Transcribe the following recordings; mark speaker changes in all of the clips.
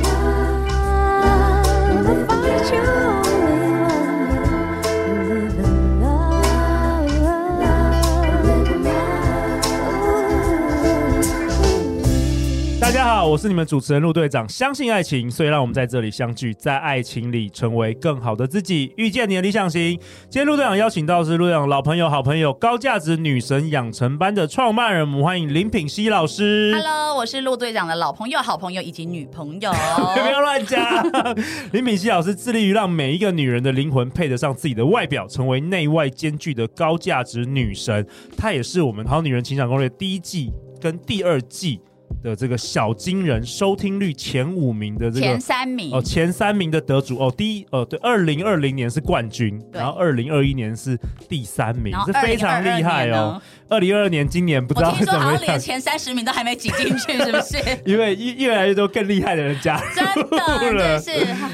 Speaker 1: Love, find your only one. Live in love, live in love.
Speaker 2: 大家好，我是你们主持人陆队长。相信爱情，所以让我们在这里相聚，在爱情里成为更好的自己，遇见你的理想型。今天陆队长邀请到的是陆队长老朋友、好朋友、高价值女神养成班的创办人，我们欢迎林品熙老师。
Speaker 3: Hello，我是陆队长的老朋友、好朋友以及女朋 友。
Speaker 2: 哦不要乱 加。林品熙老师致力于让每一个女人的灵魂配得上自己的外表，成为内外兼具的高价值女神。她也是我们《好女人情场攻略》第一季跟第二季的这个小金人收听率前五名的这个
Speaker 3: 前三名，
Speaker 2: 哦，前三名的得主哦，第一哦对，二零二零年是冠军，
Speaker 3: 对
Speaker 2: 然后二零二一年是第三名
Speaker 3: 然，后
Speaker 2: 是非常厉害哦。二零二二年今年不知
Speaker 3: 我
Speaker 2: 道
Speaker 3: 听
Speaker 2: 怎
Speaker 3: 说好
Speaker 2: 么
Speaker 3: 像连
Speaker 2: 样，
Speaker 3: 前三十名都还没挤进去，是不 是？
Speaker 2: 因为越越来越多更厉害的人加入
Speaker 3: 真的，真
Speaker 2: 了
Speaker 3: 的。是。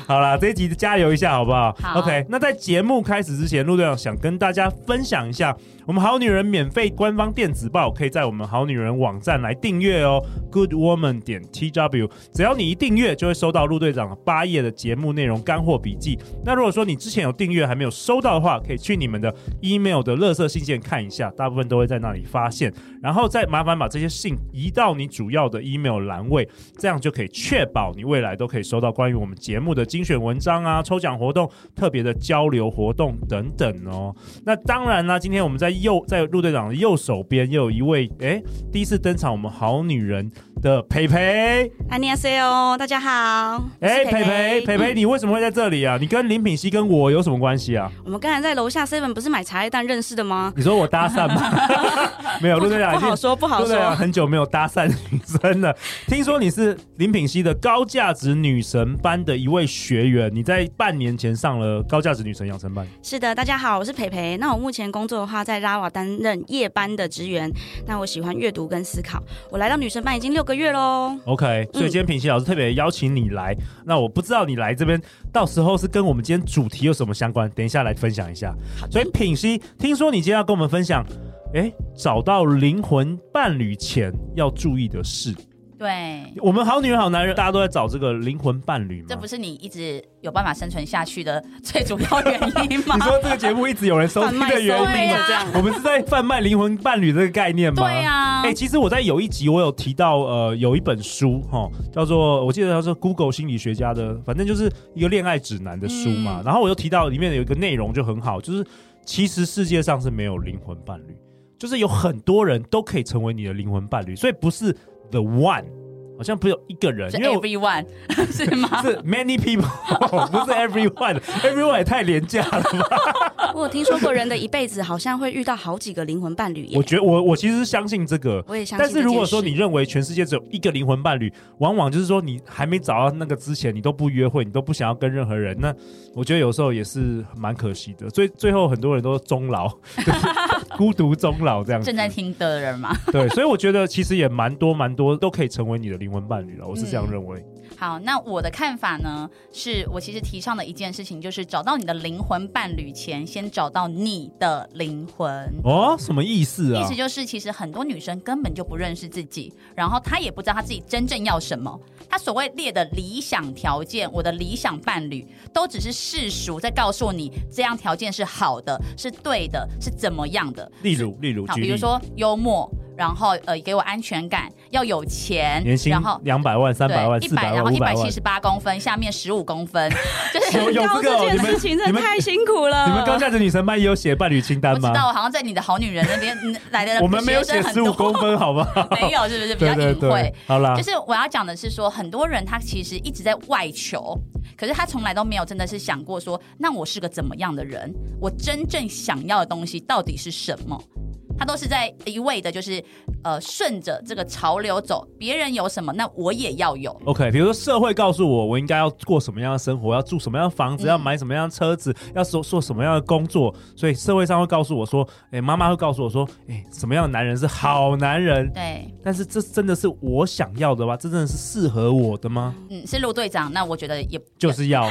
Speaker 2: 好啦，这一集加油一下好不好
Speaker 3: 好
Speaker 2: o k 那在节目开始之前，陆队长想跟大家分享一下，我们好女人免费官方电子报可以在我们好女人网站来订阅哦，Good Woman 点 T W，只要你一订阅，就会收到陆队长八页的节目内容干货笔记。那如果说你之前有订阅还没有收到的话，可以去你们的 email 的垃圾信件看一下，大部分都会在那里发现，然后再麻烦把这些信移到你主要的 email 栏位，这样就可以确保你未来都可以收到关于我们节目的精选文章啊、抽奖活动、特别的交流活动等等哦。那当然啦，今天我们在右在陆队长的右手边又有一位诶第一次登场我们好女人的培培，
Speaker 4: 安妮亚 C O，大家好。
Speaker 2: 诶，
Speaker 4: 我是
Speaker 2: 培培培培，
Speaker 4: 嗯
Speaker 2: 你为什么会在这里啊？你跟林品熙跟我有什么关系啊？
Speaker 4: 我们刚才在楼下 Seven 不是买茶叶蛋认识的吗？
Speaker 2: 你说我搭讪吗？ 没有，陆队长
Speaker 4: 不
Speaker 2: 已经
Speaker 4: 好说，不好
Speaker 2: 哦对啊，
Speaker 4: 说。
Speaker 2: 很久没有搭讪女生了。 听说你是林品熙的高价值女神班的一位学员，你在半年前上了高价值女神养成班。
Speaker 4: 是的，大家好，我是培培。那我目前工作的话，在拉瓦担任夜班的职员。那我喜欢阅读跟思考。我来到女神班已经六个月喽。
Speaker 3: 嗯
Speaker 2: OK，所以今天品熙老师特别邀请你来，那我不知道你来这边到时候是跟我们今天主题有什么相关，等一下来分享一下。所以品熙，听说你今天要跟我们分享，哎，找到灵魂伴侣前要注意的事。
Speaker 3: 对，
Speaker 2: 我们好女人好男人，大家都在找这个灵魂伴侣嘛。
Speaker 3: 这不是你一直有办法生存下去的最主要原因吗
Speaker 2: 你？说这个节目一直有人收听的原
Speaker 4: 贩
Speaker 3: 啊
Speaker 4: 卖
Speaker 2: 因吗
Speaker 4: 收听这样？
Speaker 2: 我们是在贩卖灵魂伴侣这个概念吗？
Speaker 3: 对啊
Speaker 2: 哎、，其实我在有一集我有提到，呃，有一本书哈，叫做我记得它是 Google 心理学家的，反正就是一个恋爱指南的书嘛。
Speaker 3: 嗯
Speaker 2: 然后我又提到里面有一个内容就很好，就是其实世界上是没有灵魂伴侣，就是有很多人都可以成为你的灵魂伴侣，所以不是 the one，好像不是有一个人，
Speaker 3: 是
Speaker 2: 因为我
Speaker 3: everyone 是吗？
Speaker 2: 是 many people，不是 everyone，everyone 也太廉价了吧。
Speaker 4: 我有听说过，人的一辈子好像会遇到好几个灵魂伴侣耶
Speaker 2: 我。觉得我我其实是相信这个，
Speaker 4: 我也相信
Speaker 2: 但
Speaker 4: 这件事。
Speaker 2: 是如果说你认为全世界只有一个灵魂伴侣，往往就是说你还没找到那个之前，你都不约会，你都不想要跟任何人，那我觉得有时候也是蛮可惜的。最最后很多人都终老，就是孤独终老这样子
Speaker 3: 正。在听的人吗？
Speaker 2: 对，所以我觉得其实也蛮多蛮多都可以成为你的灵魂伴侣了，我是这样认为。
Speaker 3: 好，那我的看法呢，是我其实提倡的一件事情，就是找到你的灵魂伴侣前，先找到你的灵魂。
Speaker 2: 哦，什么意思
Speaker 3: 意
Speaker 2: 啊
Speaker 3: 思？就是，其实很多女生根本就不认识自己，然后她也不知道她自己真正要什么。她所谓列的理想条件，我的理想伴侣，都只是世俗在告诉你这样条件是好的，是对的，是怎么样的。
Speaker 2: 例如，例如，
Speaker 3: 好，
Speaker 2: 举例
Speaker 3: 比如说幽默，然后呃给我安全感，要有钱
Speaker 2: 年，薪
Speaker 3: 然后
Speaker 2: 两百万、三
Speaker 3: 对
Speaker 2: 百万、
Speaker 3: 一
Speaker 2: 四
Speaker 3: 百，
Speaker 2: 百
Speaker 3: 然后
Speaker 2: 万、
Speaker 3: 一
Speaker 2: 五
Speaker 3: 百
Speaker 2: 百
Speaker 3: 七
Speaker 2: 万。
Speaker 3: 十八公分，下面十五公 分，就是
Speaker 2: 有有这个哦，
Speaker 4: 这
Speaker 2: 你
Speaker 4: 件
Speaker 2: 们
Speaker 4: 事情
Speaker 2: 你
Speaker 4: 真的
Speaker 2: 们
Speaker 4: 太辛苦了。
Speaker 2: 你们高价值女神班也有写伴侣清单
Speaker 3: 不知
Speaker 2: 吗？
Speaker 3: 道，好像在你的好女人那边嗯来的
Speaker 2: 我们没有
Speaker 3: 学
Speaker 2: 写
Speaker 3: 生很
Speaker 2: 十五
Speaker 3: 多
Speaker 2: 公，分，好不好？
Speaker 3: 没有，是不是比较隐晦？，
Speaker 2: 好啦
Speaker 3: 就，是我要讲的是说，很多人他其实一直在外求，可是他从来都没有真的是想过说，那我是个怎么样的人？我真正想要的东西到底是什么？他都是在一味的，就是呃顺着这个潮流走，别人有什么，那我也要有。
Speaker 2: OK，比如说社会告诉我我应该要过什么样的生活，要住什么样的房子，
Speaker 3: 嗯
Speaker 2: 要买什么样的车子，要做做什么样的工作，所以社会上会告诉我说，哎，妈妈会告诉我说，哎，什么样的男人是好男人？
Speaker 3: 对，
Speaker 2: 但是这真的是我想要的吗？这真的是适合我的吗？
Speaker 3: 嗯，是陆队长，那我觉得也
Speaker 2: 就是 要。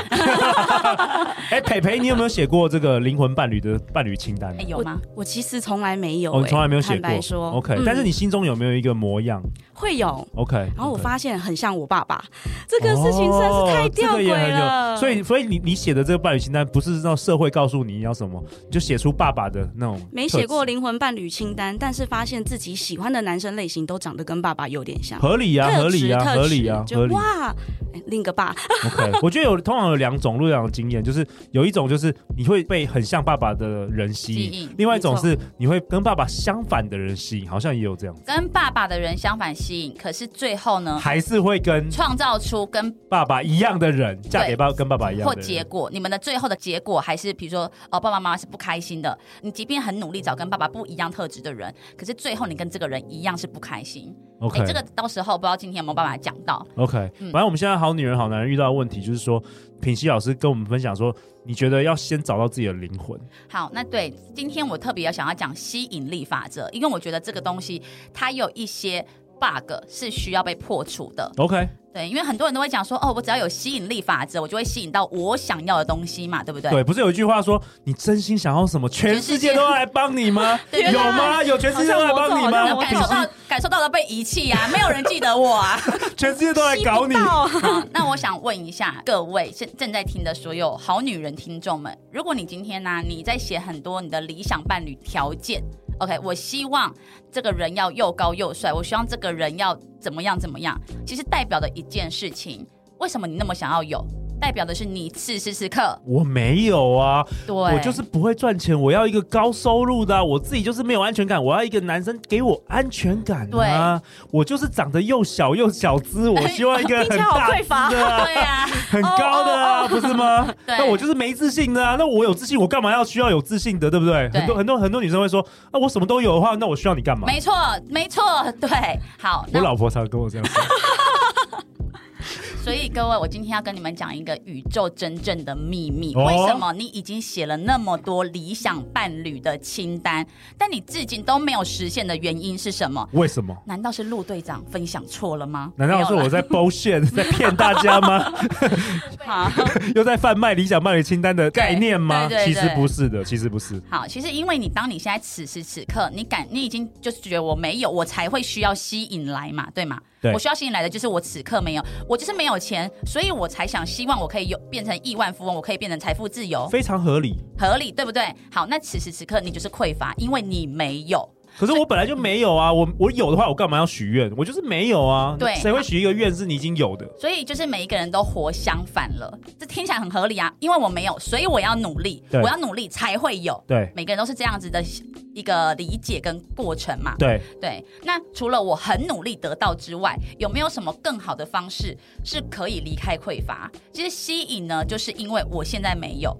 Speaker 2: 哎，培培，你有没有写过这个灵魂伴侣的伴侣清单
Speaker 3: 哎？有
Speaker 4: 我
Speaker 3: 吗？
Speaker 4: 我其实从来没有有、
Speaker 2: 哦，
Speaker 4: 欸，
Speaker 2: 你从来没有写
Speaker 4: 坦
Speaker 2: 过
Speaker 4: 白说
Speaker 2: OK，、
Speaker 4: 嗯
Speaker 2: 但是你心中有没有一个模样
Speaker 4: 会有。
Speaker 2: ？OK，
Speaker 4: 然后我
Speaker 2: OK
Speaker 4: 发现很像我爸爸，这个事情真是太吊
Speaker 2: 哦这个也
Speaker 4: 诡
Speaker 2: 很有
Speaker 4: 了。
Speaker 2: 所以，所以你你写的这个伴侣清单，不是让社会告诉你要什么，你就写出爸爸的那种特质。
Speaker 4: 没写过灵魂伴侣清单，但是发现自己喜欢的男生类型都长得跟爸爸有点像。
Speaker 2: 合理呀、合
Speaker 4: 特
Speaker 2: 理
Speaker 4: 质
Speaker 2: 呀、
Speaker 4: 特
Speaker 2: 合
Speaker 4: 质
Speaker 2: 理呀、
Speaker 4: 就
Speaker 2: 合理。啊
Speaker 4: 哇，哎另一个爸，
Speaker 2: OK，我觉得有通常有两种路两种经验，就是有一种就是你会被很像爸爸的人吸
Speaker 3: 记
Speaker 2: 引，
Speaker 3: 忆。
Speaker 2: 另外一种
Speaker 4: 没错
Speaker 2: 是你会跟爸爸相反的人吸引，好像也有这样，
Speaker 3: 跟爸爸的人相反吸引，可是最后呢，
Speaker 2: 还是会跟
Speaker 3: 创造出跟
Speaker 2: 爸爸一样的人嫁给爸跟爸爸一样
Speaker 3: 或
Speaker 2: 的人
Speaker 3: 结果，你们的最后的结果还是，比如说，哦，爸爸妈妈是不开心的。你即便很努力找跟爸爸不一样特质的人，可是最后你跟这个人一样是不开心。哎、
Speaker 2: OK，、
Speaker 3: 这个到时候不知道今天有没有办法讲到。
Speaker 2: OK，、
Speaker 3: 嗯
Speaker 2: 反正我们现在好女人好男人遇到的问题就是说，品熙老师跟我们分享说，你觉得要先找到自己的灵魂，
Speaker 3: 好，那对，今天我特别要想要讲吸引力法则，因为我觉得这个东西它有一些 bug 是需要被破除的。
Speaker 2: OK，
Speaker 3: 对，因为很多人都会讲说，哦，我只要有吸引力法则，我就会吸引到我想要的东西嘛，对不对？
Speaker 2: 对，不是有一句话说，你真心想要什么，全世界都要来帮你吗？
Speaker 3: 对
Speaker 2: 有吗？有全世界都来帮你
Speaker 4: 好
Speaker 3: 然
Speaker 2: 吗？
Speaker 4: 像
Speaker 3: 后
Speaker 4: 我
Speaker 3: 感
Speaker 2: 品
Speaker 3: 受
Speaker 4: 懂
Speaker 2: 熙，
Speaker 3: 到感受到了被遗弃啊，没有人记得我啊。
Speaker 2: 全世界都来搞你
Speaker 4: 吸。不到
Speaker 3: 好，那我想问一下各位正正在听的所有好女人听众们，如果你今天呢、你在写很多你的理想伴侣条件，OK，我希望这个人要又高又帅，我希望这个人要怎么样怎么样，其实代表的一件事情，为什么你那么想要有？代表的是你此时此刻，
Speaker 2: 我没有啊，
Speaker 3: 对，
Speaker 2: 我就是不会赚钱，我要一个高收入的啊、我自己就是没有安全感，我要一个男生给我安全感啊，我就是长得又小又小资，我希望一个
Speaker 4: 听起
Speaker 2: 很
Speaker 4: 来好
Speaker 2: 大
Speaker 4: 匮乏
Speaker 2: 只的啊、
Speaker 3: 对啊，
Speaker 2: 很高的啊，不是吗？
Speaker 3: 哦 对
Speaker 2: 那我就是没自信的啊。那我有自信，我干嘛要需要有自信的，对不对？
Speaker 3: 对
Speaker 2: 很多很多很多女生会说，那我什么都有的话，那我需要你干嘛？
Speaker 3: 没错，没错，对，好，
Speaker 2: 我
Speaker 3: 那
Speaker 2: 老婆常跟我这样说。
Speaker 3: 所以各位，我今天要跟你们讲一个宇宙真正的秘密。
Speaker 2: 哦
Speaker 3: 为什么你已经写了那么多理想伴侣的清单，但你至今都没有实现的原因是什么？
Speaker 2: 为什 么？
Speaker 3: 难道是陆队长分享错了吗？
Speaker 2: 难道
Speaker 3: 没
Speaker 2: 是
Speaker 3: 有
Speaker 2: 我
Speaker 3: 啦
Speaker 2: 在 bullshit 在骗大 家吗？
Speaker 3: 好？
Speaker 2: 又在贩卖理想伴侣清单的概念吗？
Speaker 3: 对对对
Speaker 2: 其实不是的，其实不是。
Speaker 3: 好，其实因为你当你现在此时此刻，你感你已经就是觉得我没有，我才会需要吸引来嘛，对吗？
Speaker 2: 对
Speaker 3: 我需要吸引来的就是我此刻没有，我就是没有钱，所以我才想希望我可以有变成亿万富翁，我可以变成财富自由。
Speaker 2: 非常合理，
Speaker 3: 合理，对不对？好，那此时此刻你就是匮乏，因为你没有。
Speaker 2: 可是我本来就没有啊，我我有的话，我干嘛要许愿？我就是没有啊。
Speaker 3: 对
Speaker 2: 谁会许一个愿是你已经有的？
Speaker 3: 所以就是每一个人都活相反了，这听起来很合理啊。因为我没有，所以我要努力，
Speaker 2: 对
Speaker 3: 我要努力才会有。
Speaker 2: 对
Speaker 3: 每个人都是这样子的一个理解跟过程嘛。
Speaker 2: 对，
Speaker 3: 对，那除了我很努力得到之外，有没有什么更好的方式是可以离开匮乏？其实吸引呢，就是因为我现在没有，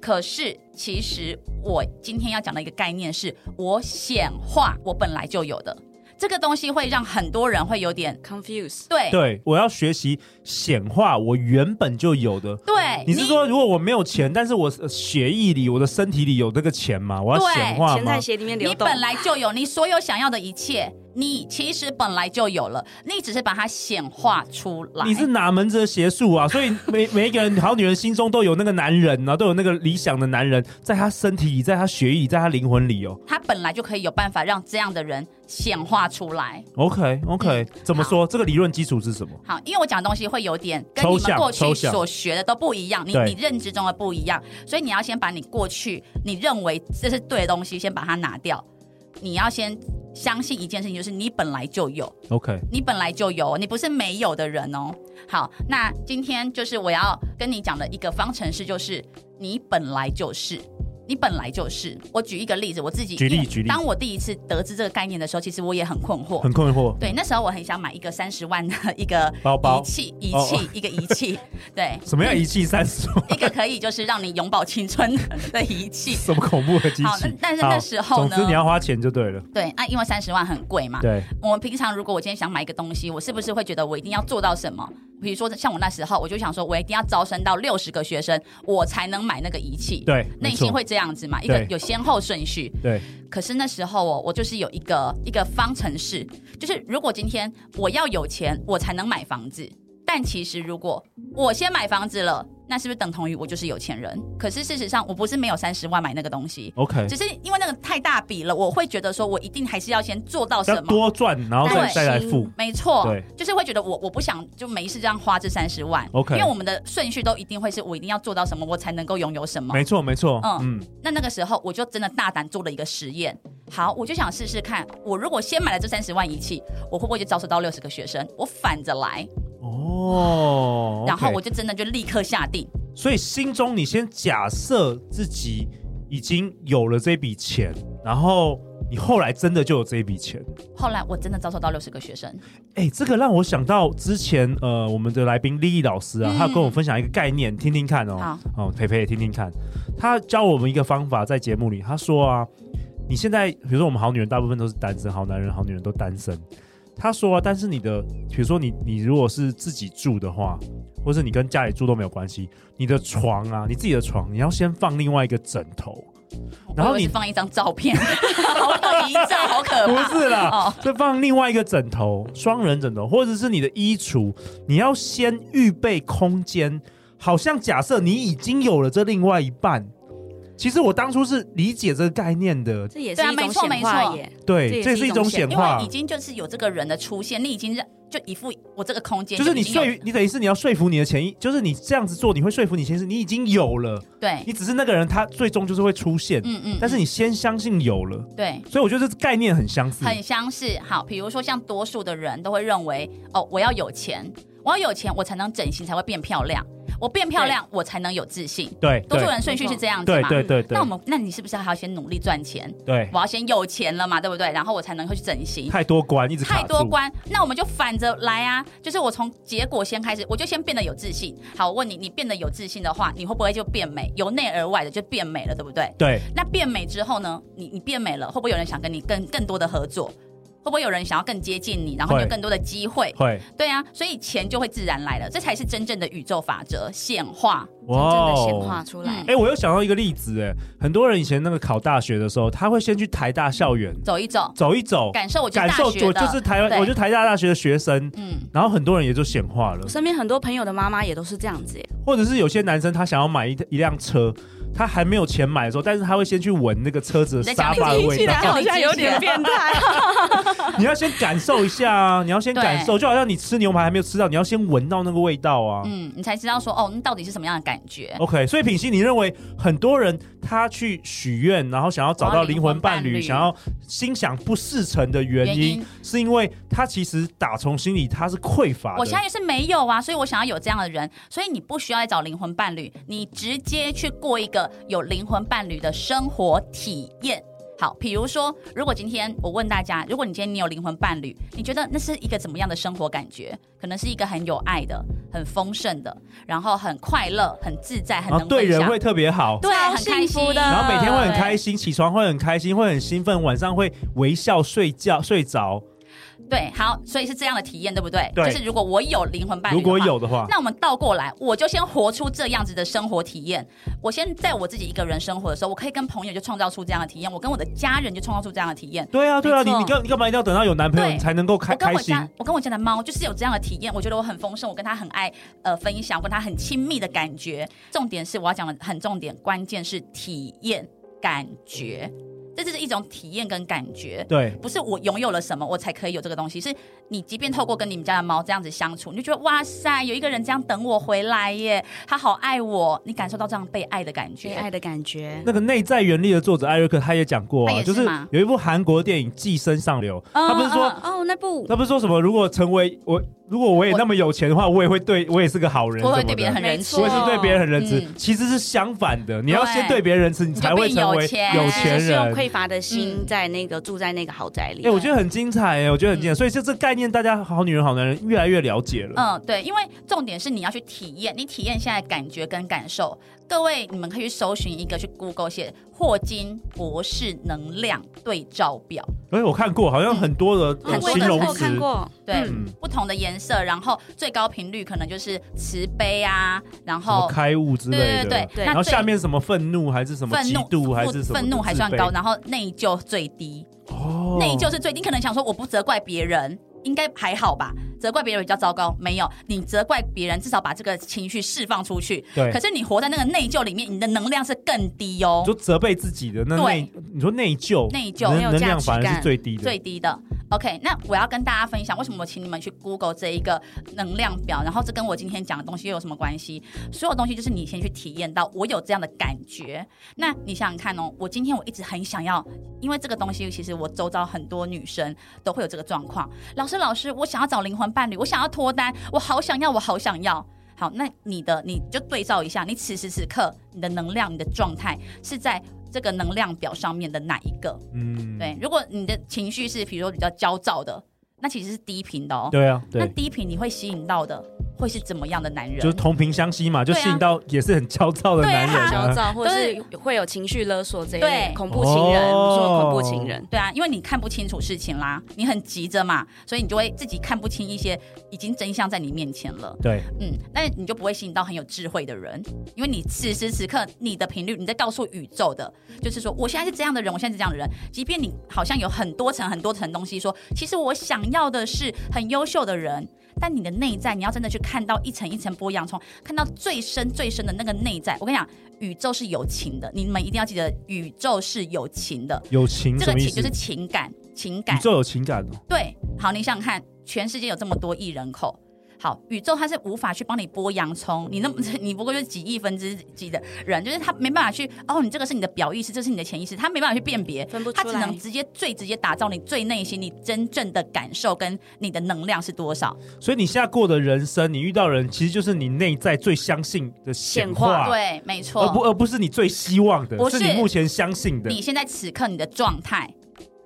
Speaker 3: 可是其实我今天要讲的一个概念是，我显化我本来就有的这个东西，会让很多人会有点
Speaker 4: confuse，
Speaker 3: 对
Speaker 2: 对，我要学习显化我原本就有的。
Speaker 3: 对
Speaker 2: 你是说，如果我没有钱，但是我呃血液里、我的身体里有这个钱吗？我要
Speaker 3: 对
Speaker 2: 显化
Speaker 4: 钱
Speaker 2: 吗
Speaker 4: 在？鞋里面流
Speaker 3: 你
Speaker 4: 动。
Speaker 3: 本来就有，你所有想要的一切，你其实本来就有了，你只是把它显化出来。
Speaker 2: 你是哪门子的邪术啊？所以每每一个人好女人心中都有那个男人啊，都有那个理想的男人，在他身体里，在他血液里，在他灵魂里哦。
Speaker 3: 他本来就可以有办法让这样的人显化出来。
Speaker 2: OK OK，、
Speaker 3: 嗯
Speaker 2: 怎么说？这个理论基础是什么？
Speaker 3: 好，因为我讲的东西会有点跟
Speaker 2: 抽
Speaker 3: 你
Speaker 2: 象
Speaker 3: 们过去
Speaker 2: 抽象
Speaker 3: 所学的都不一样，你
Speaker 2: 对
Speaker 3: 你认知中的不一样，所以你要先把你过去你认为这是对的东西，先把它拿掉。你要先相信一件事情，就是你本来就有，
Speaker 2: OK，
Speaker 3: 你本来就有，你不是没有的人哦。好，那今天就是我要跟你讲的一个方程式，就是你本来就是。你本来就是，我举一个例子，我自己
Speaker 2: 举例
Speaker 3: 因为
Speaker 2: 举例
Speaker 3: 当我第一次得知这个概念的时候，其实我也很困惑。
Speaker 2: 很困惑。
Speaker 3: 对，那时候我很想买一个三十万的一个
Speaker 2: 包包
Speaker 3: 仪器，仪
Speaker 2: 哦
Speaker 3: 器一个仪器，对，
Speaker 2: 什么样仪器三十？
Speaker 3: 一个可以就是让你永葆青春的仪器。
Speaker 2: 什么恐怖的机
Speaker 3: 好
Speaker 2: 器？
Speaker 3: 但但是那
Speaker 2: 好
Speaker 3: 时候呢啊
Speaker 2: 总之你要花钱就对了。
Speaker 3: 对，啊，因为三十万很贵嘛。
Speaker 2: 对，
Speaker 3: 我们平常如果我今天想买一个东西，我是不是会觉得我一定要做到什么？比如说像我那时候，我就想说我一定要招生到六十个学生，我才能买那个仪器。
Speaker 2: 对没
Speaker 3: 内
Speaker 2: 错
Speaker 3: 心会这样子嘛，一个
Speaker 2: 对
Speaker 3: 有先后顺序。
Speaker 2: 对，
Speaker 3: 可是那时候哦，我就是有一个一个方程式，就是如果今天我要有钱，我才能买房子。但其实如果我先买房子了，那是不是等同于我就是有钱人？可是事实上，我不是没有三十万买那个东西。
Speaker 2: OK，
Speaker 3: 只是因为那个太大笔了，我会觉得说，我一定还是要先做到什
Speaker 2: 要
Speaker 3: 么，
Speaker 2: 多赚，然后再
Speaker 3: 对
Speaker 2: 再来付。
Speaker 3: 没错，
Speaker 2: 对
Speaker 3: 就是会觉得我我不想就没事这样花这三十万
Speaker 2: OK
Speaker 3: 因为我们的顺序都一定会是我一定要做到什么，我才能够拥有什么。
Speaker 2: 没错，没错，嗯
Speaker 3: 嗯，那那个时候我就真的大胆做了一个实验，好，我就想试试看，我如果先买了这三十万仪器，我会不会就招收到六十个学生？我反着来，
Speaker 2: 哦，
Speaker 3: 然后
Speaker 2: OK
Speaker 3: 我就真的就立刻下定，
Speaker 2: 所以心中你先假设自己已经有了这笔钱，然后你后来真的就有这笔钱。
Speaker 3: 后来我真的招收到六十个学生，
Speaker 2: 哎，这个让我想到之前呃，我们的来宾丽丽老师啊，
Speaker 3: 嗯
Speaker 2: 她有跟我分享一个概念，听听看哦
Speaker 3: 好。
Speaker 2: 哦，培培也听听看，她教我们一个方法，在节目里她说啊，你现在比如说我们好女人大部分都是单身，好男人、好女人都单身。她说啊，但是你的比如说你你如果是自己住的话，或是你跟家里住都没有关系，你的床啊，你自己的床，你要先放另外一个枕头。然后
Speaker 3: 我以为
Speaker 2: 你
Speaker 3: 是放一张照片， 好可疑照，好可
Speaker 2: 不
Speaker 3: 怕，
Speaker 2: 是啦
Speaker 3: 哦，
Speaker 2: 再放另外一个枕头，双人枕头，或者是你的衣橱，你要先预备空间。好像假设你已经有了这另外一半，其实我当初是理解这个概念的，
Speaker 4: 这也是
Speaker 3: 对啊
Speaker 4: 一种
Speaker 3: 没错
Speaker 4: 显化
Speaker 3: 没错
Speaker 4: 耶。
Speaker 2: 对，
Speaker 4: 这
Speaker 2: 这是
Speaker 4: 也是
Speaker 2: 一
Speaker 4: 一
Speaker 2: 种
Speaker 4: 种
Speaker 2: 显
Speaker 4: 显
Speaker 3: 因为
Speaker 2: 化
Speaker 3: 已，经就是有这个人的出现，你已经让就一副我这个空间
Speaker 2: 就是你
Speaker 3: 已经有
Speaker 2: 说服，你等于是你要说服你的潜意，就是你这样子做，你会说服你先生，你已经有了，
Speaker 3: 对，
Speaker 2: 你只是那个人他最终就是会出现，
Speaker 3: 嗯嗯，
Speaker 2: 但是你先相信有了，
Speaker 3: 对。
Speaker 2: 所以我觉得这概念很相似，
Speaker 3: 很相似。好，比如说像多数的人都会认为，哦，我要有钱，我要有钱，我才能整形，才会变漂亮。我变漂亮，我才能有自信。
Speaker 2: 对，
Speaker 3: 多数
Speaker 2: 对
Speaker 3: 人顺序是这样子
Speaker 2: 对
Speaker 3: 嘛？
Speaker 2: 对对对
Speaker 3: 那我们，那你是不是还要先努力赚钱？
Speaker 2: 对
Speaker 3: 我要先有钱了嘛，对不对？然后我才能够去整形。
Speaker 2: 太多关，一直卡
Speaker 3: 太多
Speaker 2: 住
Speaker 3: 关，那我们就反着来啊！就是我从结果先开始，我就先变得有自信。好，我问你，你变得有自信的话，你会不会就变美？由内而外的就变美了，对不对？
Speaker 2: 对，
Speaker 3: 那变美之后呢？你你变美了，会不会有人想跟你更更多的合作？会不会有人想要更接近你，然后
Speaker 2: 会
Speaker 3: 你有更多的机会？
Speaker 2: 会。
Speaker 3: 对啊，所以钱就会自然来了，这才是真正的宇宙法则显化。
Speaker 4: 真的
Speaker 2: 哦
Speaker 4: 显化出来
Speaker 3: 嗯。
Speaker 2: 哎、我又想到一个例子，哎，很多人以前那个考大学的时候，他会先去台大校园
Speaker 3: 走一走，
Speaker 2: 走一走，
Speaker 3: 感受我就是
Speaker 2: 感
Speaker 3: 大
Speaker 2: 受
Speaker 3: 学
Speaker 2: 我
Speaker 3: 的，
Speaker 2: 就是台湾，
Speaker 3: 对
Speaker 2: 我就台大大学的学生，
Speaker 3: 嗯，
Speaker 2: 然后很多人也就显化了
Speaker 4: 我，身边很多朋友的妈妈也都是这样子耶，
Speaker 2: 或者是有些男生他想要买一一辆车，他还没有钱买的时候，但是他会先去闻那个车子的
Speaker 3: 你在
Speaker 2: 沙
Speaker 3: 讲
Speaker 2: 发的
Speaker 3: 你自己
Speaker 2: 味道
Speaker 3: 去，好像有点
Speaker 4: 变 态。
Speaker 2: 你要先感受一下啊，你要先
Speaker 3: 对
Speaker 2: 感受，就好像你吃牛排还没有吃到，你要先闻到那个味道啊。
Speaker 3: 嗯，你才知道说哦，那到底是什么样的感觉？
Speaker 2: OK，所以品熙，你认为很多人他去许愿，然后想要找到灵魂伴
Speaker 3: 找到灵魂伴侣
Speaker 2: 侣，想要心想不事成的原因，
Speaker 3: 原因
Speaker 2: 是因为他其实打从心里他是匮乏的。
Speaker 3: 我现在也是没有啊，所以我想要有这样的人，所以你不需要再找灵魂伴侣，你直接去过一个有灵魂伴侣的生活体验。好，比如说，如果今天我问大家，如果你今天你有灵魂伴侣，你觉得那是一个怎么样的生活感觉？可能是一个很有爱的、很丰盛的，然后很快乐、很自在、很
Speaker 2: 然
Speaker 3: 能
Speaker 2: 后对
Speaker 3: 分
Speaker 2: 人
Speaker 3: 享
Speaker 2: 会，特别好，
Speaker 3: 对，啊
Speaker 4: 超
Speaker 3: 很开
Speaker 4: 幸福
Speaker 3: 心
Speaker 4: 的
Speaker 2: 然后每天会很
Speaker 3: 对
Speaker 2: 开心，起床会很开心，会很兴奋，晚上会微笑睡觉睡着。
Speaker 3: 对，好，所以是这样的体验，对不对？
Speaker 2: 对
Speaker 3: 就是如果我有灵魂伴侣，
Speaker 2: 如果有的话，
Speaker 3: 那我们倒过来，我就先活出这样子的生活体验。我先在我自己一个人生活的时候，我可以跟朋友就创造出这样的体验，我跟我的家人就创造出这样的体验。
Speaker 2: 对啊，对啊，你
Speaker 4: 没错
Speaker 2: 你干你干嘛一定要等到有男朋友
Speaker 3: 对
Speaker 2: 你才能够开
Speaker 3: 我跟
Speaker 2: 开
Speaker 3: 我
Speaker 2: 心？
Speaker 3: 家，我跟我家的猫就是有这样的体验，我觉得我很丰盛，我跟它很爱呃分享，我跟它很亲密的感觉。重点是我要讲的很重点，关键是体验感觉，这就是一种体验跟感觉。
Speaker 2: 对，
Speaker 3: 不是我拥有了什么，我才可以有这个东西。是你即便透过跟你们家的猫这样子相处，你就觉得哇塞，有一个人这样等我回来耶，他好爱我，你感受到这样被爱的感
Speaker 4: 被
Speaker 3: 觉。
Speaker 4: 爱的感觉，
Speaker 2: 那个内在原力的作者艾瑞克他也讲过
Speaker 3: 他
Speaker 2: 啊，
Speaker 3: 也
Speaker 2: 就是
Speaker 3: 是吗
Speaker 2: 有一部韩国电影《寄生上流》，
Speaker 3: 嗯
Speaker 2: 他不是说
Speaker 3: 嗯
Speaker 4: 哦，那部
Speaker 2: 他不是说什么？如果成为我，如果我也
Speaker 3: 我
Speaker 2: 那么有钱的话，我也会对我也是个好人什
Speaker 3: 我
Speaker 2: 么
Speaker 3: 会
Speaker 2: 的，
Speaker 3: 对别人很仁慈
Speaker 2: 我，也是对别人很仁慈。
Speaker 3: 嗯
Speaker 2: 其实是相反的，你要先对
Speaker 3: 对
Speaker 2: 别人仁慈，你才会成为
Speaker 3: 你就变有钱
Speaker 2: 有
Speaker 4: 就
Speaker 2: 钱
Speaker 4: 是用
Speaker 2: 人。
Speaker 4: 匮乏的心
Speaker 3: 嗯
Speaker 4: 在那个住在那个豪宅里
Speaker 2: 哎、。我觉得很精彩哎、我觉得很精彩。所以就这概念，大家好女人、好男人越来越了解了。
Speaker 3: 嗯，对，因为重点是你要去体验，你体验现在的感觉跟感受。各位，你们可以去搜寻一个，去 Google 写霍金博士能量对照表，
Speaker 2: 哎、我看过，好像很多的、
Speaker 4: 哦
Speaker 2: 呃
Speaker 3: 嗯
Speaker 4: 我有
Speaker 2: 形容
Speaker 4: 看过
Speaker 2: 词
Speaker 4: 看。过，
Speaker 3: 对，
Speaker 2: 嗯
Speaker 3: 不同的颜色，然后最高频率可能就是慈悲啊，然
Speaker 2: 什么
Speaker 3: 后
Speaker 2: 开悟之类的，
Speaker 3: 对对对
Speaker 4: 对
Speaker 2: 然后
Speaker 3: 那最
Speaker 2: 下面什么愤怒还是什么
Speaker 3: 愤
Speaker 2: 嫉
Speaker 3: 怒
Speaker 2: 妒还是什么
Speaker 3: 愤怒还算高，
Speaker 2: 呢？
Speaker 3: 然后内疚最低，
Speaker 2: 哦
Speaker 3: 内疚是最低。你可能想说，我不责怪别人，应该还好吧？责怪别人比较糟糕，没有，你责怪别人，至少把这个情绪释放出去。
Speaker 2: 对
Speaker 3: 可是你活在那个内疚里面，你的能量是更低哦
Speaker 2: 你，说责备自己的那
Speaker 3: 对
Speaker 2: 内，你说内疚，
Speaker 3: 内疚
Speaker 2: 能
Speaker 4: 没有
Speaker 2: 能
Speaker 4: 价
Speaker 2: 量
Speaker 4: 值
Speaker 2: 反而是
Speaker 4: 感
Speaker 2: 最低的，
Speaker 3: 最低的。OK，那我要跟大家分享为什么我请你们去 Google 这一个能量表，然后这跟我今天讲的东西又有什么关系？所有东西就是你先去体验到，我有这样的感觉。那你想想看哦，我今天我一直很想要，因为这个东西其实我周遭很多女生都会有这个状况。老师，老师，我想要找灵魂伴侣，我想要脱单，我好想要，我好想要。好，那你的你就对照一下，你此时此刻你的能量、你的状态是在这个能量表上面的哪一个？
Speaker 2: 嗯，
Speaker 3: 对，如果你的情绪是比如说比较焦躁的，那其实是低频的哦。
Speaker 2: 对啊，
Speaker 3: 那
Speaker 2: 对，
Speaker 3: 低频你会吸引到的会是怎么样的男人？
Speaker 2: 就是同频相吸嘛，就
Speaker 3: 对啊
Speaker 2: 吸引到也是很焦躁的
Speaker 3: 对
Speaker 2: 男
Speaker 3: 啊
Speaker 2: 人
Speaker 4: 焦
Speaker 2: 啊，
Speaker 4: 躁，或者是会有情绪勒索这一类
Speaker 3: 对
Speaker 4: 恐怖情人，
Speaker 2: 哦
Speaker 4: 我们说恐怖情人。
Speaker 3: 对啊，因为你看不清楚事情啦，你很急着嘛，所以你就会自己看不清一些已经真相在你面前了。
Speaker 2: 对，
Speaker 3: 嗯，那你就不会吸引到很有智慧的人，因为你此时此刻你的频率你在告诉宇宙的，就是说我现在是这样的人，我现在是这样的人。即便你好像有很多层很多层东西说，其实我想要的是很优秀的人，但你的内在你要真的去看到一层一层剥洋葱，看到最深最深的那个内在。我跟你讲，宇宙是有情的，你们一定要记得，宇宙是有情的，
Speaker 2: 友情
Speaker 3: 这
Speaker 2: 嗯什
Speaker 3: 个
Speaker 2: 么意
Speaker 3: 情
Speaker 2: 思？
Speaker 3: 就是情感，情感
Speaker 2: 宇。宙有情感哦，
Speaker 3: 对，好，你想想看，全世界有这么多亿人口，好，宇宙它是无法去帮你剥洋葱，你那么你不过就是几亿分之几的人，就是他没办法去哦，你这个是你的表意识，这是你的潜意识，他没办法去辨别，
Speaker 4: 分不
Speaker 3: 他
Speaker 4: 出
Speaker 3: 只
Speaker 4: 来
Speaker 3: 能，直接最直接打造你最内心你真正的感受跟你的能量是多少。
Speaker 2: 所以你现在过的人生，你遇到的人，其实就是你内在最相信的显化，，
Speaker 3: 对，没
Speaker 2: 而不呃
Speaker 3: 错，
Speaker 2: 而不是你最希望的，
Speaker 3: 不
Speaker 2: 是
Speaker 3: 是
Speaker 2: 你目前相信的。
Speaker 3: 你现在此刻你的状态，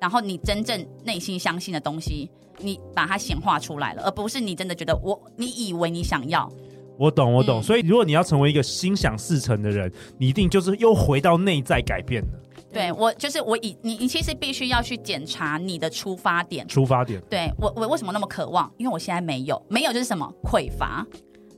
Speaker 3: 然后你真正内心相信的东西。你把它显化出来了，而不是你真的觉得我，你以为你想要，
Speaker 2: 我懂，我懂。
Speaker 3: 嗯
Speaker 2: 所以如果你要成为一个心想事成的人，你一定就是又回到内在改变的
Speaker 3: 对我就是我以你，你其实必须要去检查你的出发点。
Speaker 2: 出发点。
Speaker 3: 对我，我为什么那么渴望？因为我现在没有，没有就是什么匮乏。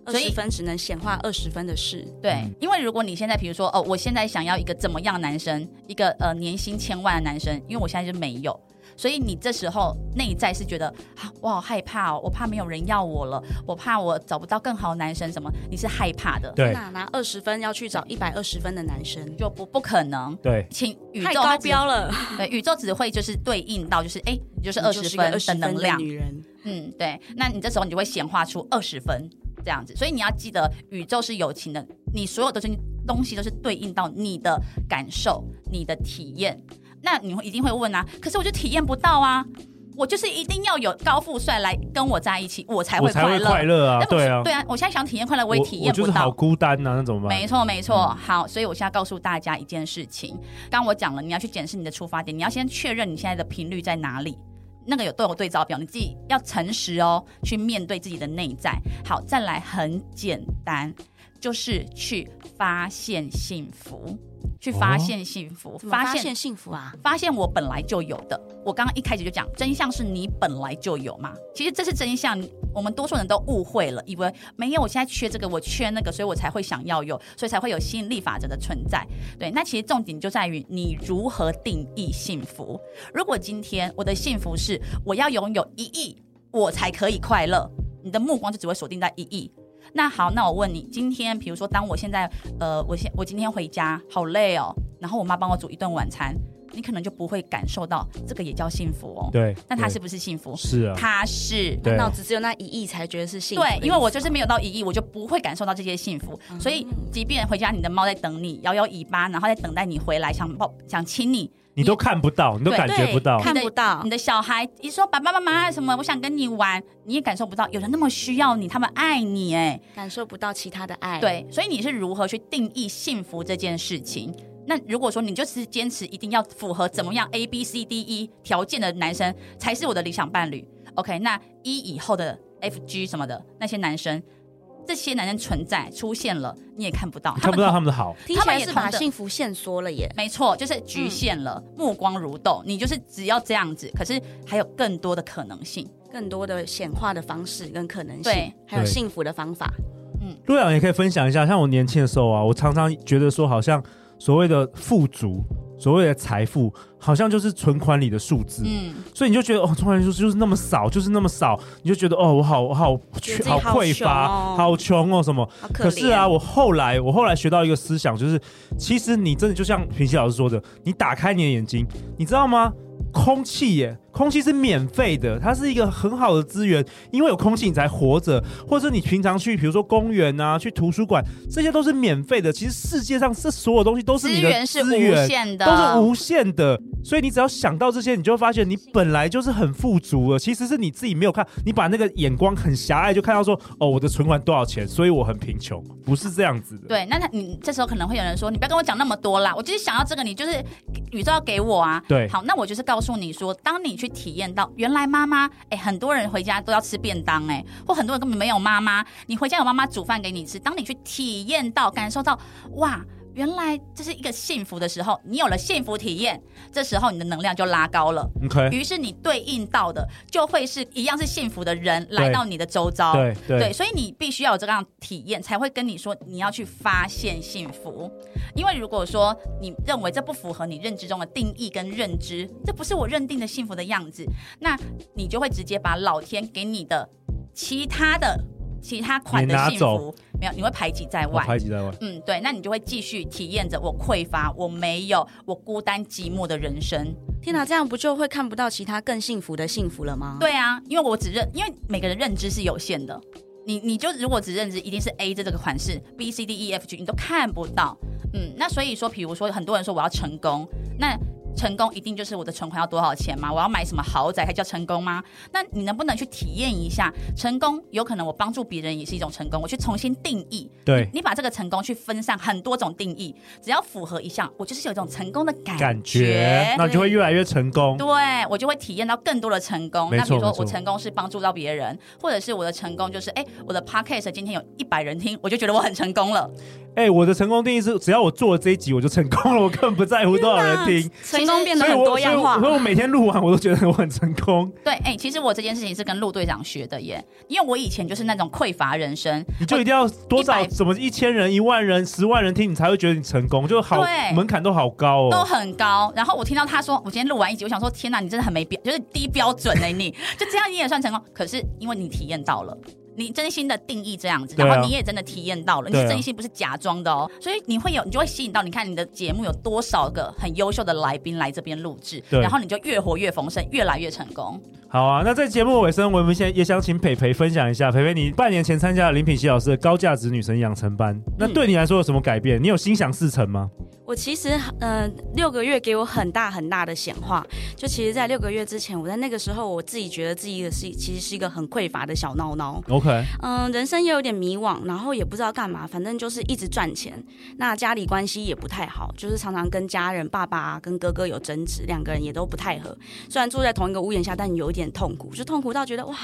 Speaker 4: 二
Speaker 3: 所以
Speaker 4: 十分只能显化二十分的事。
Speaker 3: 对，
Speaker 2: 嗯
Speaker 3: 因为如果你现在比如说哦，我现在想要一个怎么样的男生，一个呃年薪千万的男生，因为我现在就没有，所以你这时候内在是觉得啊，我好害怕哦，我怕没有人要我了，我怕我找不到更好的男生，什么？你是害怕的，
Speaker 2: 对
Speaker 4: 那拿二十分要去找一百二十分的男生，
Speaker 3: 就不不可能。
Speaker 2: 对，
Speaker 3: 请宇
Speaker 4: 太
Speaker 3: 宙它
Speaker 4: 高
Speaker 3: 只
Speaker 4: 标了，
Speaker 3: 对宇宙只会就是对应到就是哎，你就是二
Speaker 4: 你就是
Speaker 3: 十
Speaker 4: 一个
Speaker 3: 分的
Speaker 4: 20
Speaker 3: 能量，
Speaker 4: 女人。
Speaker 3: 嗯，对，那你这时候你就会显化出二十分这样子，所以你要记得，宇宙是有情的，你所有的东西东西都是对应到你的感受、你的体验。那你会一定会问啊，可是我就体验不到啊，我就是一定要有高富帅来跟我在一起，我才
Speaker 2: 我
Speaker 3: 会
Speaker 2: 才
Speaker 3: 快
Speaker 2: 会
Speaker 3: 乐。
Speaker 2: 快乐啊，
Speaker 3: 但我
Speaker 2: 对啊，
Speaker 3: 对啊，我现在想体验快乐，我
Speaker 2: 我
Speaker 3: 也体验
Speaker 2: 我就
Speaker 3: 不
Speaker 2: 是好
Speaker 3: 到。
Speaker 2: 孤单啊呐、那怎么办？
Speaker 3: 没错，没错。好，所以我现在告诉大家一件事情，刚刚我讲了，你要去检视你的出发点，你要先确认你现在的频率在哪里。那个有都有对照表，你自己要诚实哦，去面对自己的内在。好，再来很简单，就是去发现幸福，去发现幸福，
Speaker 4: 怎么发现幸福啊？
Speaker 3: 发现我本来就有的。我刚刚一开始就讲，真相是你本来就有嘛。其实这是真相，我们多数人都误会了，以为没有，我现在缺这个，我缺那个，所以我才会想要有，所以才会有吸引力法则的存在。对，那其实重点就在于你如何定义幸福。如果今天我的幸福是我要拥有一亿，我才可以快乐，你的目光就只会锁定在一亿。那好，那我问你，今天比如说，当我现在呃，我现我今天回家好累哦，然后我妈帮我煮一顿晚餐，你可能就不会感受到这个也叫幸福哦。
Speaker 2: 对，
Speaker 3: 那它
Speaker 2: 对
Speaker 3: 是不是幸福？
Speaker 2: 是啊，
Speaker 3: 它是。
Speaker 2: 对
Speaker 4: 脑子只有那一亿才觉得是幸福的
Speaker 3: 对
Speaker 4: 意思。，
Speaker 3: 因为我就是没有到一亿，我就不会感受到这些幸福。所以，
Speaker 4: 嗯
Speaker 3: 即便回家你的猫在等你，摇摇尾巴，然后在等待你回来，想抱想亲你，
Speaker 2: 你都看不到，你都
Speaker 3: 对
Speaker 2: 感觉不到
Speaker 4: 对，看不到
Speaker 3: 你的小孩一说爸爸妈妈什么，我想跟你玩，你也感受不到，有人那么需要你，他们爱你，哎，
Speaker 4: 感受不到其他的爱。，
Speaker 3: 对，所以你是如何去定义幸福这件事情？那如果说你就是坚持一定要符合
Speaker 2: 嗯
Speaker 3: 怎么样 A B C D E 条件的男生才是我的理想伴侣，OK？那一、以后的 F G 什么的那些男生，这些男生存在出现了，你也看不到，
Speaker 2: 看不到
Speaker 3: 同
Speaker 2: 他们的好，
Speaker 4: 听起来是
Speaker 3: 他们
Speaker 4: 把
Speaker 3: 也同等
Speaker 4: 幸福限缩了耶。
Speaker 3: 没错，就是局限了，
Speaker 2: 嗯
Speaker 3: 目光如豆，你就是只要这样子，可是还有更多的可能性。
Speaker 4: 更多的显化的方式跟可能性
Speaker 3: 对，
Speaker 4: 还有
Speaker 2: 对
Speaker 4: 幸福的方法。
Speaker 2: 陆阳也可以分享一下，像我年轻的时候啊，我常常觉得说，好像所谓的富足，所谓的财富，好像就是存款里的数字。
Speaker 3: 嗯，
Speaker 2: 所以你就觉得哦，存款数字就是那么少，就是那么少，你就觉得哦，我好我好
Speaker 4: 觉得自己
Speaker 2: 好
Speaker 4: 好
Speaker 2: 匮乏，
Speaker 4: 穷哦
Speaker 2: 好穷哦什么。
Speaker 4: 好可
Speaker 2: 可
Speaker 4: 怜。
Speaker 2: 是啊，我后来我后来学到一个思想，就是其实你真的就像平西老师说的，你打开你的眼睛，你知道吗？空气耶，空气是免费的，它是一个很好的资源，因为有空气你才活着，或者你平常去，比如说公园啊，去图书馆，这些都是免费的。其实世界上这所有东西都是
Speaker 3: 资
Speaker 2: 你的
Speaker 3: 源是
Speaker 2: 资
Speaker 3: 无
Speaker 2: 源，
Speaker 3: 限的，
Speaker 2: 都是无限的，所以你只要想到这些，你就会发现你本来就是很富足了。其实是你自己没有看，你把那个眼光很狭隘，就看到说哦，我的存款多少钱，所以我很贫穷，不是这样子的。
Speaker 3: 对，那他你这时候可能会有人说，你不要跟我讲那么多啦，我就是想要这个，你就是宇宙要给我啊。
Speaker 2: 对
Speaker 3: 好，那我就是告诉你说，当你去体验到原来妈妈，哎，很多人回家都要吃便当、哎，或很多人根本没有妈妈，你回家有妈妈煮饭给你吃。当你去体验到、感受到，哇，原来这是一个幸福的时候，你有了幸福体验，这时候你的能量就拉高了，
Speaker 2: ，OK，
Speaker 3: 于是你对应到的就会是一样是幸福的人来
Speaker 2: 对
Speaker 3: 到你的周遭。
Speaker 2: 对
Speaker 3: 对，
Speaker 2: 对
Speaker 3: 所以你必须要有这样的体验，才会跟你说你要去发现幸福。因为如果说你认为这不符合你认知中的定义跟认知，这不是我认定的幸福的样子，那你就会直接把老天给你的其他的其他款
Speaker 2: 你
Speaker 3: 的
Speaker 2: 拿
Speaker 3: 幸福，没有，你会排挤在
Speaker 2: 我
Speaker 3: 外。
Speaker 2: 排挤在外。
Speaker 3: 嗯，对，那你就会继续体验着我匮乏、我没有、我孤单寂寞的人生。
Speaker 4: 天哪，这样不就会看不到其他更幸福的幸福了吗？，
Speaker 3: 对啊，因为我只认，因为每个人认知是有限的。你你就如果只认知一定是 A 这这个款式，B C D E F G 你都看不到。嗯，那所以说，比如说很多人说我要成功，那成功一定就是我的存款要多少钱吗？我要买什么豪宅才叫成功吗？那你能不能去体验一下成功？有可能我帮助别人也是一种成功，我去重新定义。
Speaker 2: 对
Speaker 3: 你把这个成功去分散很多种定义，只要符合一项，我就是有一种成功的感觉。
Speaker 2: 感觉，那你就会越来越成功。
Speaker 3: 对我就会体验到更多的成功。
Speaker 2: 没
Speaker 3: 那比如
Speaker 2: 错
Speaker 3: 说
Speaker 2: 没错
Speaker 3: 我成功是帮助到别人，或者是我的成功就是哎，我的 podcast 今天有一百人听，我就觉得我很成功了。
Speaker 2: 哎，我的成功定义是，只要我做了这一集，我就成功了，我根本不在乎多少人
Speaker 3: 啊
Speaker 2: 听。
Speaker 4: 成功变得
Speaker 2: 所以
Speaker 4: 很
Speaker 2: 我，所
Speaker 4: 多
Speaker 2: 以
Speaker 4: 样化
Speaker 2: 我，所以我每天录完，我都觉得我很成功。
Speaker 3: 对，哎，其实我这件事情是跟陆队长学的耶，因为我以前就是那种匮乏人生，
Speaker 2: 你就一定要多
Speaker 3: 一
Speaker 2: 少
Speaker 3: 百
Speaker 2: 怎么一千人、一万人、十万人听，你才会觉得你成功，就好
Speaker 3: 对
Speaker 2: 门槛都好高
Speaker 3: 都
Speaker 2: 哦。
Speaker 3: 很高。然后我听到他说，我今天录完一集，我想说，天哪，你真的很没标，就是低标准哎、 你就这样你也算成功。可是因为你体验到了。你真心的定义这样子，
Speaker 2: 对啊
Speaker 3: 然后你也真的体验到了，你
Speaker 2: 对啊
Speaker 3: 是真心不是假装的哦，所以你会有，你就会吸引到，你看你的节目有多少个很优秀的来宾来这边录制，
Speaker 2: 对
Speaker 3: 然后你就越活越丰盛，越来越成功。
Speaker 2: 好啊，那在节目尾声，我们先也想请培培分享一下，培培你半年前参加了林品熙老师的高价值女神养成班，
Speaker 4: 嗯
Speaker 2: 那对你来说有什么改变？你有心想事成吗？
Speaker 4: 我其实呃六个月给我很大很大的显化，就其实，在六个月之前，我在那个时候我自己觉得自己也是其实是一个很匮乏的小孬孬，
Speaker 2: OK，
Speaker 4: 嗯，人生也有点迷惘，然后也不知道干嘛，反正就是一直赚钱。那家里关系也不太好，就是常常跟家人、爸爸、啊跟哥哥有争执，两个人也都不太合。虽然住在同一个屋檐下，但有一点痛苦，就痛苦到觉得哇，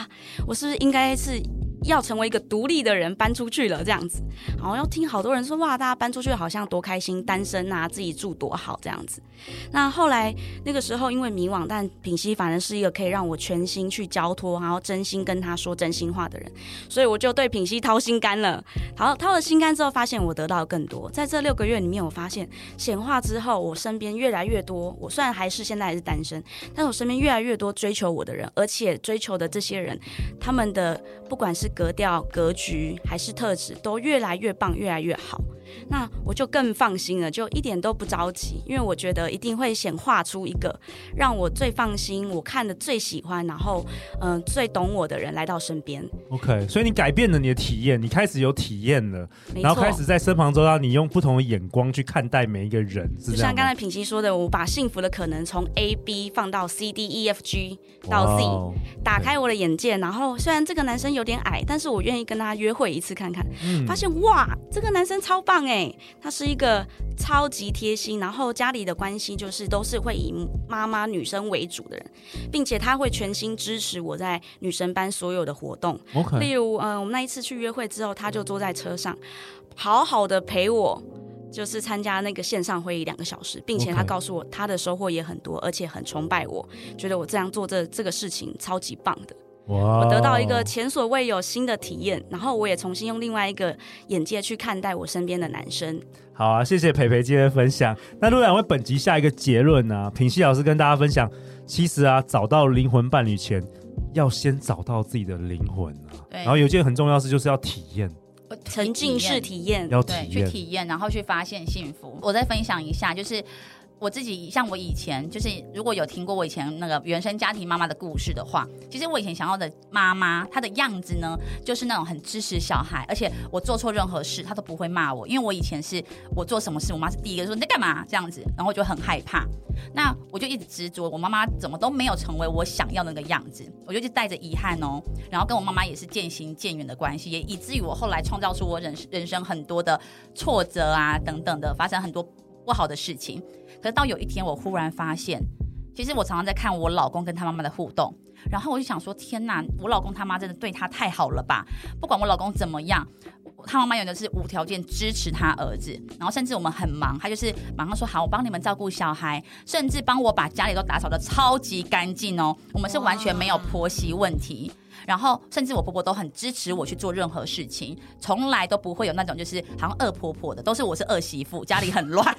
Speaker 4: 我是不是应该是要成为一个独立的人，搬出去了这样子？好像听好多人说哇，大家搬出去好像多开心，单身啊，自己住多好这样子。那后来那个时候因为迷惘，但品熙反而是一个可以让我全心去交托，然后真心跟他说真心话的人。所以我就对品熙掏心肝了。好，掏了心肝之后，发现我得到的更多。在这六个月里面，我发现显化之后，我身边越来越多。我虽然还是现在还是单身，但我身边越来越多追求我的人，而且追求的这些人，他们的不管是格调、格局还是特质，都越来越棒，越来越好。那我就更放心了，就一点都不着急，因为我觉得一定会显化出一个让我最放心、我看的最喜欢，然后嗯、呃最懂我的人来到身边。
Speaker 2: OK，所以你改变了你的体验，你开始有体验了，
Speaker 4: 没
Speaker 2: 然后
Speaker 4: 错。
Speaker 2: 开始在身旁周遭，你用不同的眼光去看待每一个人，是
Speaker 4: 就
Speaker 2: 这样
Speaker 4: 像
Speaker 2: 吗
Speaker 4: 刚才品熙说的，我把幸福的可能从 A、B 放到 C、D、E、F、G 到 Z，、
Speaker 2: 哇哦
Speaker 4: 打开我的眼界。然后虽然这个男生有点矮，但是我愿意跟他约会一次看看，
Speaker 2: 嗯
Speaker 4: 发现哇，这个男生超棒哎，他是一个超级贴心，然后家里的关系就是都是会以妈妈女生为主的人，并且他会全心支持我在女生班所有的活动。例
Speaker 2: OK，
Speaker 4: 如，嗯、我们那一次去约会之后，他就坐在车上，好好的陪我，就是参加那个线上会议两个小时，并且
Speaker 2: OK
Speaker 4: 他告诉我他的收获也很多，而且很崇拜我，觉得我这样做这这个事情超级棒的。
Speaker 2: 哇
Speaker 4: 我
Speaker 2: 哦，
Speaker 4: 得到一个前所未有新的体验，然后我也重新用另外一个眼界去看待我身边的男生。
Speaker 2: 好啊，谢谢培培今天的分享。那陆两位本集下一个结论呢、品系老师跟大家分享，其实啊，找到灵魂伴侣前，要先找到自己的灵魂啊。
Speaker 3: 对
Speaker 2: 然后有一件很重要的事就是要体验，
Speaker 3: 我体
Speaker 4: 沉浸式体验，
Speaker 2: 要
Speaker 3: 对，
Speaker 2: 体
Speaker 3: 去
Speaker 2: 验。
Speaker 3: 体验，然后去发现幸福。我再分享一下，就是我自己，像我以前，就是如果有听过我以前那个原生家庭妈妈的故事的话，其实我以前想要的妈妈，她的样子呢，就是那种很支持小孩，而且我做错任何事，她都不会骂我，因为我以前是我做什么事，我妈是第一个说你在干嘛这样子，然后我就很害怕。那我就一直执着，我妈妈怎么都没有成为我想要的那个样子，我就一直带着遗憾哦。然后跟我妈妈也是渐行渐远的关系，也以至于我后来创造出我人人生很多的挫折啊等等的，发生很多不好的事情。可是到有一天，我忽然发现，其实我常常在看我老公跟他妈妈的互动，然后我就想说，天哪，我老公他妈真的对他太好了吧？不管我老公怎么样。他妈妈有的是无条件支持他儿子，然后甚至我们很忙，他就是马上说好，我帮你们照顾小孩，甚至帮我把家里都打扫的超级干净哦。我们是完全没有婆媳问题，然后甚至我婆婆都很支持我去做任何事情，从来都不会有那种就是好像恶婆婆的，都是我是恶媳妇，家里很乱。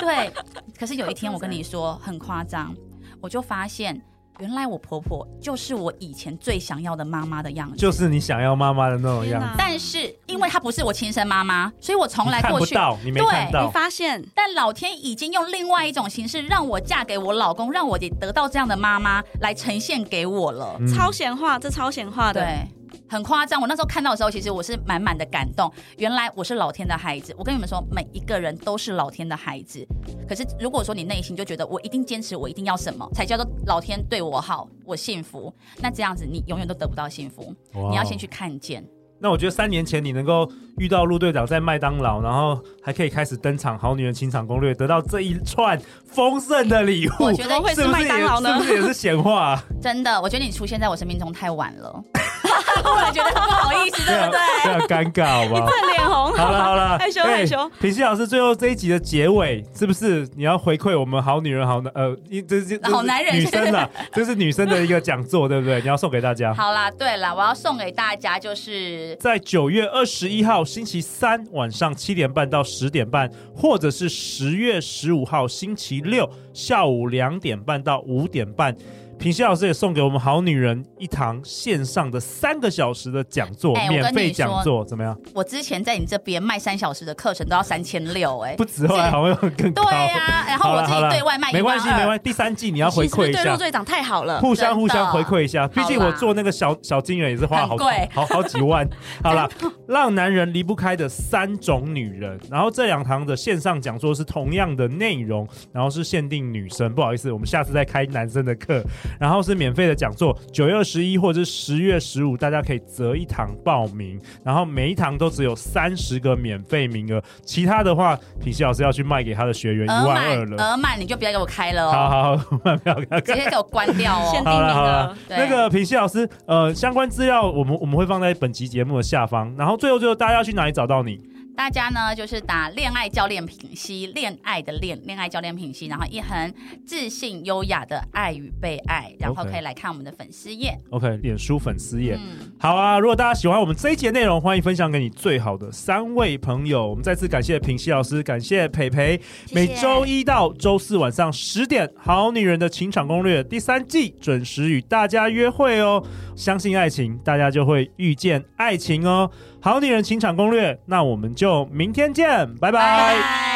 Speaker 3: 对，可是有一天我跟你说很夸张，我就发现原来我婆婆就是我以前最想要的妈妈的样子。
Speaker 2: 就是你想要妈妈的那种样子，
Speaker 4: 天哪
Speaker 3: 但是因为她不是我亲生妈妈，所以我从来
Speaker 2: 你看
Speaker 3: 过
Speaker 2: 不
Speaker 3: 去
Speaker 2: 到，你没
Speaker 3: 对
Speaker 2: 看
Speaker 4: 你
Speaker 2: 到，
Speaker 4: 发现
Speaker 2: 嗯
Speaker 3: 但老天已经用另外一种形式让我嫁给我老公，让我得得到这样的妈妈来呈现给我了。
Speaker 2: 嗯
Speaker 4: 超显化，这超显化的，
Speaker 3: 啊对，很夸张。我那时候看到的时候，其实我是满满的感动。原来我是老天的孩子。我跟你们说，每一个人都是老天的孩子。可是如果说你内心就觉得我一定坚持，我一定要什么，才叫做老天对我好，我幸福，那这样子你永远都得不到幸福。
Speaker 2: 哇哦
Speaker 3: 你要先去看见。
Speaker 2: 那我觉得三年前你能够遇到陆队长在麦当劳，然后还可以开始登场《好女人情场攻略》，得到这一串丰盛的礼物，
Speaker 3: 我觉得
Speaker 4: 会是
Speaker 2: 是不是
Speaker 4: 麦
Speaker 2: 也
Speaker 4: 当劳呢
Speaker 2: 是不是也是显化、啊？
Speaker 3: 真的，我觉得你出现在我生命中太晚 了，我
Speaker 2: 哦
Speaker 3: 也觉得很不好意思， 对不对？
Speaker 2: 这样尴尬，好不好？
Speaker 4: 正脸红，
Speaker 2: 好了好 了，
Speaker 4: 害羞
Speaker 2: 哎
Speaker 4: 害羞。
Speaker 2: 平西老师，最后这一集的结尾是不是你要回馈我们好女人好男呃，一这是这是
Speaker 3: 好男人
Speaker 2: 女 生啦，这是女生的一个讲座，对不对？你要送给大家。
Speaker 3: 好啦，对啦，我要送给大家就是
Speaker 2: 在九月二十一号星期三晚上七点半到十点半，或者是十月十五号星期六下午两点半到五点半，品熙老师也送给我们好女人一堂线上的三个小时的讲座，
Speaker 3: 哎我跟
Speaker 2: 免费
Speaker 3: 你说哎
Speaker 2: 讲座，怎么样？
Speaker 3: 我之前在你这边卖三小时的课程都要三千六，哎，
Speaker 2: 不止，后来好像更高。
Speaker 3: 对啊呀、然后
Speaker 2: 好
Speaker 3: 我
Speaker 2: 了
Speaker 3: 自己
Speaker 2: 好了
Speaker 3: 对外卖
Speaker 2: 没关系，
Speaker 3: 12,200
Speaker 2: 没关系。第三季你要回
Speaker 4: 其实
Speaker 2: 馈一
Speaker 4: 对陆
Speaker 2: 下，
Speaker 4: 队长太好了，
Speaker 2: 互相互相回
Speaker 3: 真的
Speaker 2: 馈一下。毕竟
Speaker 3: 好
Speaker 2: 我
Speaker 3: 啦
Speaker 2: 做那个小小金人也是花好
Speaker 3: 很贵
Speaker 2: 好好几 万。好了，让男人离不开的三种女人。然后这两堂的线上讲座是同样的内容，然后是限定女生。不好意思，我们下次再开男生的课。然后是免费的讲座，九月二十一或者是十月十五，大家可以择一堂报名。然后每一堂都只有三十个免费名额，其他的话，品熙老师要去卖给他的学员一
Speaker 3: 额
Speaker 2: 万二
Speaker 3: 满
Speaker 2: 了。
Speaker 3: 额满你就不要给我开了
Speaker 2: 好
Speaker 3: 哦，
Speaker 2: 好好，慢慢聊
Speaker 3: 直接给我关掉
Speaker 4: 限
Speaker 3: 哦。
Speaker 4: 定
Speaker 2: 好了
Speaker 4: 名
Speaker 2: 好了
Speaker 4: 额，
Speaker 3: 对
Speaker 2: 那个平西老师，呃，相关资料我们我们会放在本集节目的下方。然后最后最后，大家要去哪里找到你？
Speaker 3: 大家呢就是打恋爱教练品析，恋爱的恋，恋爱教练品析，然后一横自信优雅的爱与被爱，然后
Speaker 2: OK
Speaker 3: 可以来看我们的粉丝页。
Speaker 2: OK，脸书粉丝页。
Speaker 3: 嗯，
Speaker 2: 好啊，如果大家喜欢我们这一节内容，欢迎分享给你最好的三位朋友。我们再次感谢平西老师，感谢培培。
Speaker 4: 谢
Speaker 2: 每
Speaker 4: 谢
Speaker 2: 周一到周四晚上十点，《好女人的情场攻略》第三季准时与大家约会哦。相信爱情，大家就会遇见爱情哦。《好女人情场攻略》，那我们就明天见，拜拜
Speaker 3: 拜。